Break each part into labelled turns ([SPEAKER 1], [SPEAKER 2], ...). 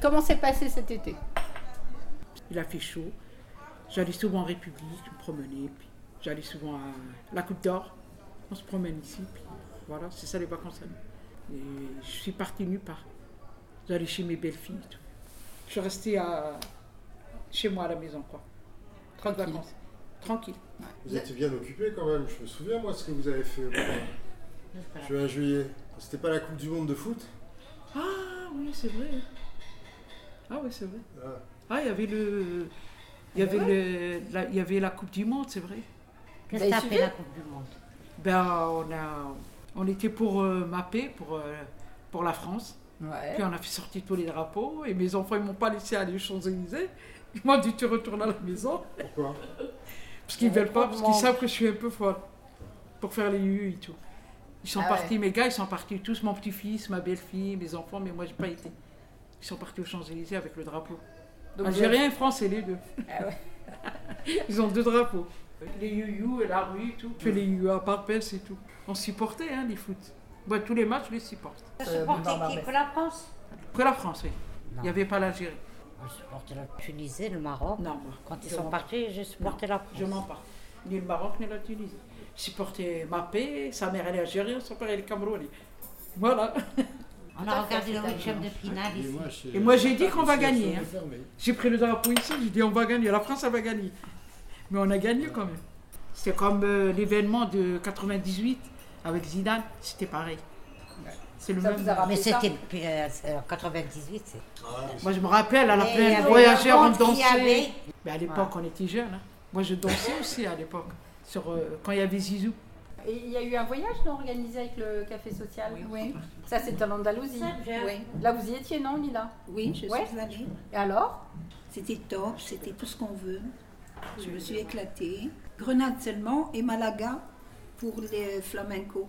[SPEAKER 1] Comment s'est passé cet été
[SPEAKER 2] Il a fait chaud. J'allais souvent en République, je me promenais. Puis j'allais souvent à la Coupe d'Or. On se promène ici. Puis voilà, c'est ça les vacances à nous. Et je suis partie nulle part. J'allais chez mes belles-filles. et tout. Je suis restée à... chez moi à la maison, quoi. Pas de
[SPEAKER 1] Tranquille.
[SPEAKER 2] vacances. Tranquille.
[SPEAKER 3] Vous étiez bien occupé quand même, je me souviens moi ce que vous avez fait au juin juillet. C'était pas la Coupe du Monde de foot
[SPEAKER 2] Ah oui, c'est vrai. Ah oui, c'est vrai.
[SPEAKER 3] Ah.
[SPEAKER 2] Ah, il y avait le. Il y avait, le, la, il y avait la Coupe du Monde, c'est vrai.
[SPEAKER 4] Qu'est-ce
[SPEAKER 1] Vous
[SPEAKER 2] Bah,
[SPEAKER 1] avez
[SPEAKER 4] que t'as
[SPEAKER 1] suivi
[SPEAKER 4] fait la Coupe du Monde
[SPEAKER 2] Ben, on, a, on était pour euh, mapper, pour, euh, pour la France.
[SPEAKER 1] Ouais.
[SPEAKER 2] Puis on a fait sortir tous les drapeaux. Et mes enfants, ils m'ont pas laissé aller aux Champs-Élysées. Ils m'ont dit Tu retournes à la maison.
[SPEAKER 3] Pourquoi
[SPEAKER 2] Parce qu'ils
[SPEAKER 1] Ouais,
[SPEAKER 2] veulent pas,
[SPEAKER 1] trop
[SPEAKER 2] parce
[SPEAKER 1] de
[SPEAKER 2] qu'ils
[SPEAKER 1] Eh, monde.
[SPEAKER 2] savent que je suis un peu folle. Pour faire les U et tout. Ils sont
[SPEAKER 1] Ah
[SPEAKER 2] partis, mes gars, ils sont partis tous, mon petit-fils, ma belle-fille, mes enfants, mais moi, j'ai pas été. Ils sont partis aux Champs-Élysées avec le drapeau.
[SPEAKER 1] Donc,
[SPEAKER 2] Algérien et Français, les deux.
[SPEAKER 1] Ah
[SPEAKER 2] Ils ont deux drapeaux. Les youyou et la rue et tout. Je fais les youyou à Parpel, c'est tout. On supportait, hein, les foot. Moi, tous les matchs, je les supporte.
[SPEAKER 4] T'as
[SPEAKER 1] Euh,
[SPEAKER 4] supporté
[SPEAKER 1] Barbara
[SPEAKER 4] qui
[SPEAKER 1] Bess.
[SPEAKER 4] Que la France
[SPEAKER 2] Que la France, oui. Il
[SPEAKER 4] Non.
[SPEAKER 2] n'y avait pas l'Algérie.
[SPEAKER 4] J'ai supporté la Tunisie, le Maroc.
[SPEAKER 2] Non, moi.
[SPEAKER 4] Quand ils
[SPEAKER 2] je
[SPEAKER 4] sont
[SPEAKER 2] m'en-
[SPEAKER 4] partis, j'ai supporté la France.
[SPEAKER 2] Je m'en parle. Ni le Maroc, ni la Tunisie. Je supportais ma paix, sa mère, elle est algérienne, son père, elle est camerounais. Voilà.
[SPEAKER 4] On
[SPEAKER 1] Tout à
[SPEAKER 4] a
[SPEAKER 1] fait,
[SPEAKER 4] regardé le
[SPEAKER 1] c'est
[SPEAKER 4] huitième de finale ici.
[SPEAKER 3] chez-
[SPEAKER 2] Et moi, j'ai dit qu'on va gagner, hein.
[SPEAKER 3] Fermé.
[SPEAKER 2] J'ai pris le drapeau ici, j'ai dit on va gagner, la France elle va gagner. Mais on a gagné quand même. C'était comme euh, l'événement de 98 avec Zidane, c'était pareil. C'est le
[SPEAKER 1] Ça
[SPEAKER 2] même.
[SPEAKER 1] vous a rappelé
[SPEAKER 4] Ah, Mais
[SPEAKER 1] ça
[SPEAKER 4] c'était euh, c'est en 98. c'est-
[SPEAKER 2] Moi je me rappelle à la
[SPEAKER 4] Et il y
[SPEAKER 2] pleine
[SPEAKER 4] avait
[SPEAKER 2] voyageurs,
[SPEAKER 4] la
[SPEAKER 2] on
[SPEAKER 4] vente qu'il y avait.
[SPEAKER 2] dansait. Mais à l'époque on était jeunes. hein. Moi je dansais aussi à l'époque, sur, euh, quand il y avait Zizou.
[SPEAKER 1] Et il y a eu un voyage non organisé avec le café social
[SPEAKER 5] Oui,
[SPEAKER 1] Ça, c'est en Andalousie.
[SPEAKER 4] Ça, j'ai-
[SPEAKER 5] oui,
[SPEAKER 1] Là, vous y étiez, non, Lila
[SPEAKER 5] oui, je
[SPEAKER 1] Mm. Ouais.
[SPEAKER 5] suis allée.
[SPEAKER 1] Et alors
[SPEAKER 5] C'était top, c'était tout ce qu'on veut. Je me suis éclatée. Grenade seulement et Malaga pour les flamenco.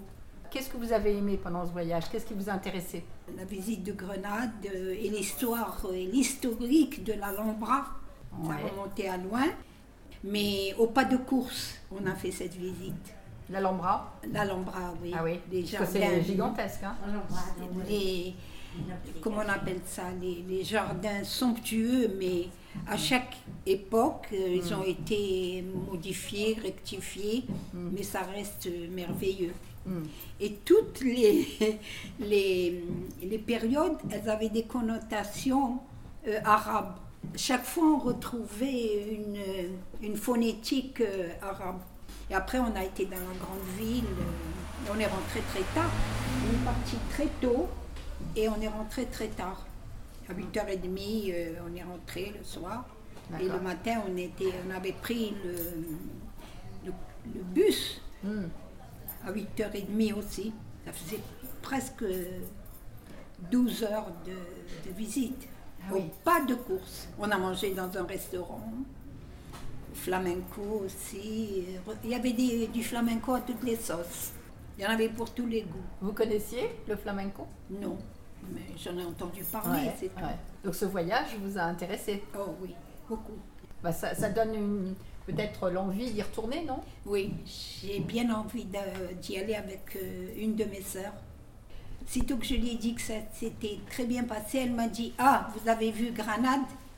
[SPEAKER 1] Qu'est-ce que vous avez aimé pendant ce voyage Qu'est-ce qui vous intéressait
[SPEAKER 5] La visite de Grenade euh, et l'histoire euh, et l'historique de l'Alhambra, ça
[SPEAKER 1] Ouais.
[SPEAKER 5] remontait à loin. Mais au pas de course, on a fait cette visite.
[SPEAKER 1] L'Alhambra
[SPEAKER 5] L'Alhambra, oui.
[SPEAKER 1] Ah oui,
[SPEAKER 5] Les
[SPEAKER 1] parce que
[SPEAKER 5] jardins.
[SPEAKER 1] c'est gigantesque. Hein
[SPEAKER 5] les, comment on appelle ça, les, les jardins somptueux, mais à chaque époque, euh, ils ont été modifiés, rectifiés, mais ça reste euh, merveilleux. Et toutes les, les, les périodes, elles avaient des connotations euh, arabes. Chaque fois, on retrouvait une, euh, une phonétique euh, arabe. Et après, on a été dans la grande ville. euh, et on est rentré très tard. On est parti très tôt et on est rentré très tard. À 8h30, euh, on est rentré le soir. Et le
[SPEAKER 1] D'accord.
[SPEAKER 5] matin, on, était, on avait pris le- le- le bus à 8h30 aussi. Ça faisait presque 12 heures de, de visite.
[SPEAKER 1] Ah
[SPEAKER 5] Au
[SPEAKER 1] oui.
[SPEAKER 5] pas de course. On a mangé dans un restaurant, flamenco aussi. Il y avait des- du flamenco à toutes les sauces. Il y en avait pour tous les goûts.
[SPEAKER 1] Vous connaissiez le flamenco
[SPEAKER 5] Non, mais j'en ai entendu parler,
[SPEAKER 1] Ouais,
[SPEAKER 5] c'est tout.
[SPEAKER 1] ouais. Donc ce voyage vous a intéressé
[SPEAKER 5] Oh oui, beaucoup.
[SPEAKER 1] Bah, ça, ça donne une- peut-être l'envie d'y retourner, non
[SPEAKER 5] Oui, j'ai bien envie d'a- d'y aller avec euh, une de mes sœurs. Sitôt que je lui ai dit que ça s'était très bien passé, elle m'a dit Ah, vous avez vu Granade